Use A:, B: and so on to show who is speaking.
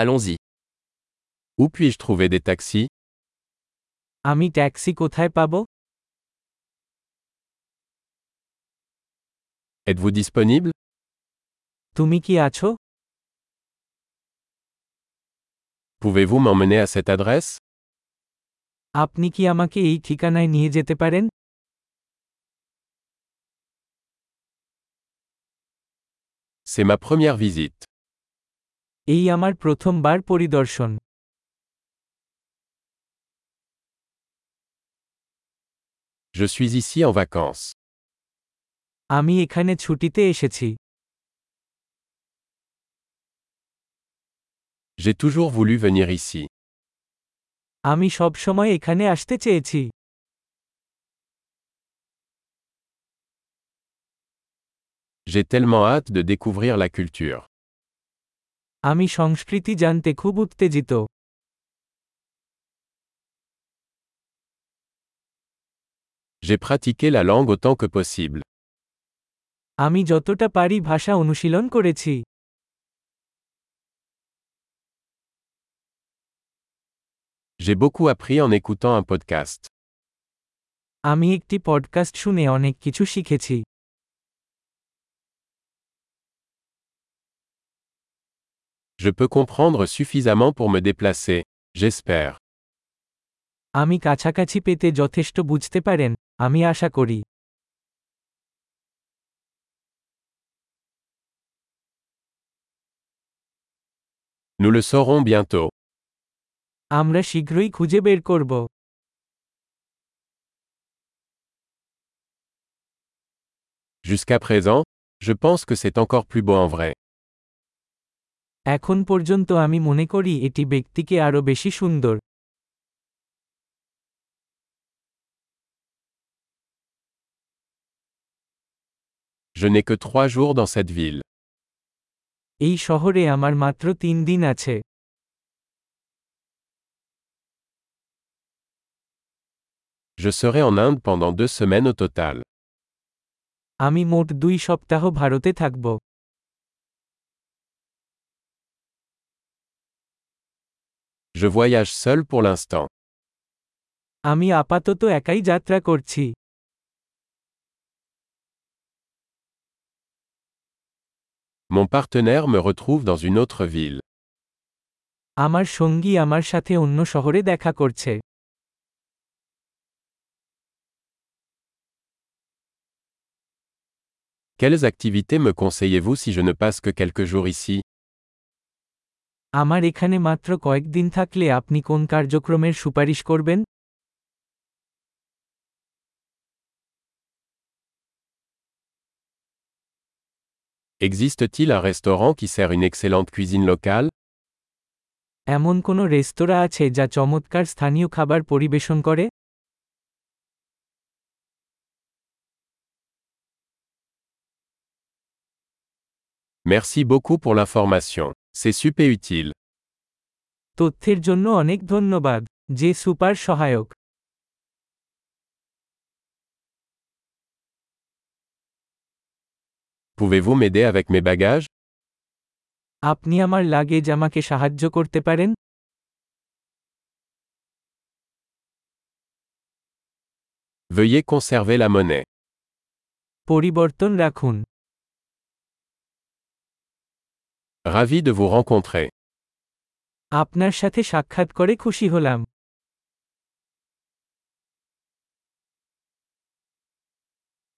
A: Allons-y. Où puis-je trouver des taxis
B: আমি ট্যাক্সি কোথায় পাব
A: Êtes-vous disponible
B: তুমি কি আছো
A: Pouvez-vous m'emmener à cette adresse
B: আপনি কি আমাকে এই ঠিকানায় নিয়ে যেতে পারেন
A: C'est ma première visite.
B: এই আমার প্রথমবার পরিদর্শন
A: Je suis ici en vacances.
B: আমি এখানে ছুটিতে এসেছি
A: J'ai toujours voulu venir ici.
B: আমি সবসময় এখানে আসতে চেয়েছি
A: J'ai tellement hâte de découvrir la culture.
B: আমি সংস্কৃতি জানতে খুব উত্তেজিত
A: J'ai pratiqué la langue autant que possible.
B: আমি যতটা পারি ভাষা অনুশীলন করেছি
A: J'ai beaucoup appris en écoutant un podcast.
B: আমি একটি পডকাস্ট শুনে অনেক কিছু শিখেছি
A: Je peux comprendre suffisamment pour me déplacer. J'espère.
B: আমি কাছাকাছি পেতে যথেষ্ট বুঝতে পারেন আমি আশা করি
A: Nous le saurons bientôt.
B: আমরা শীঘ্রই খুঁজে বের করব
A: Jusqu'à présent, je pense que c'est encore plus beau en vrai.
B: এখন পর্যন্ত আমি মনে করি এটি ব্যক্তিকে আরও বেশি সুন্দর
A: Je n'ai que trois jours dans cette ville.
B: এই শহরে আমার মাত্র তিন দিন আছে
A: Je serai en Inde pendant deux semaines au total.
B: আমি মোট দুই সপ্তাহ ভারতে থাকব
A: Je voyage seul pour l'instant.
B: আমি আপাতত একাই যাত্রা করছি
A: Mon partenaire me retrouve dans une autre ville.
B: আমার সঙ্গী আমার সাথে অন্য শহরে দেখা করছে
A: Quelles activités me conseillez-vous si je ne passe que quelques jours ici
B: আমার এখানে মাত্র কয়েকদিন থাকলে আপনি কোন কার্যক্রমের সুপারিশ করবেন
A: Existe-t-il un restaurant qui sert une excellente cuisine locale
B: এমন কোনো রেস্তোরাঁ আছে যা চমৎকার স্থানীয় খাবার পরিবেশন করে
A: Merci beaucoup pour l'information. C'est super utile.
B: তথ্যের জন্য অনেক ধন্যবাদ যে সুপার সহায়ক
A: Pouvez-vous m'aider avec mes bagages
B: আপনি আমার লাগেজ আমাকে সাহায্য করতে পারেন
A: Veuillez conserver la monnaie.
B: পরিবর্তন রাখুন
A: Ravi de vous rencontrer.
B: আপনার সাথে সাক্ষাৎ করে খুশি হলাম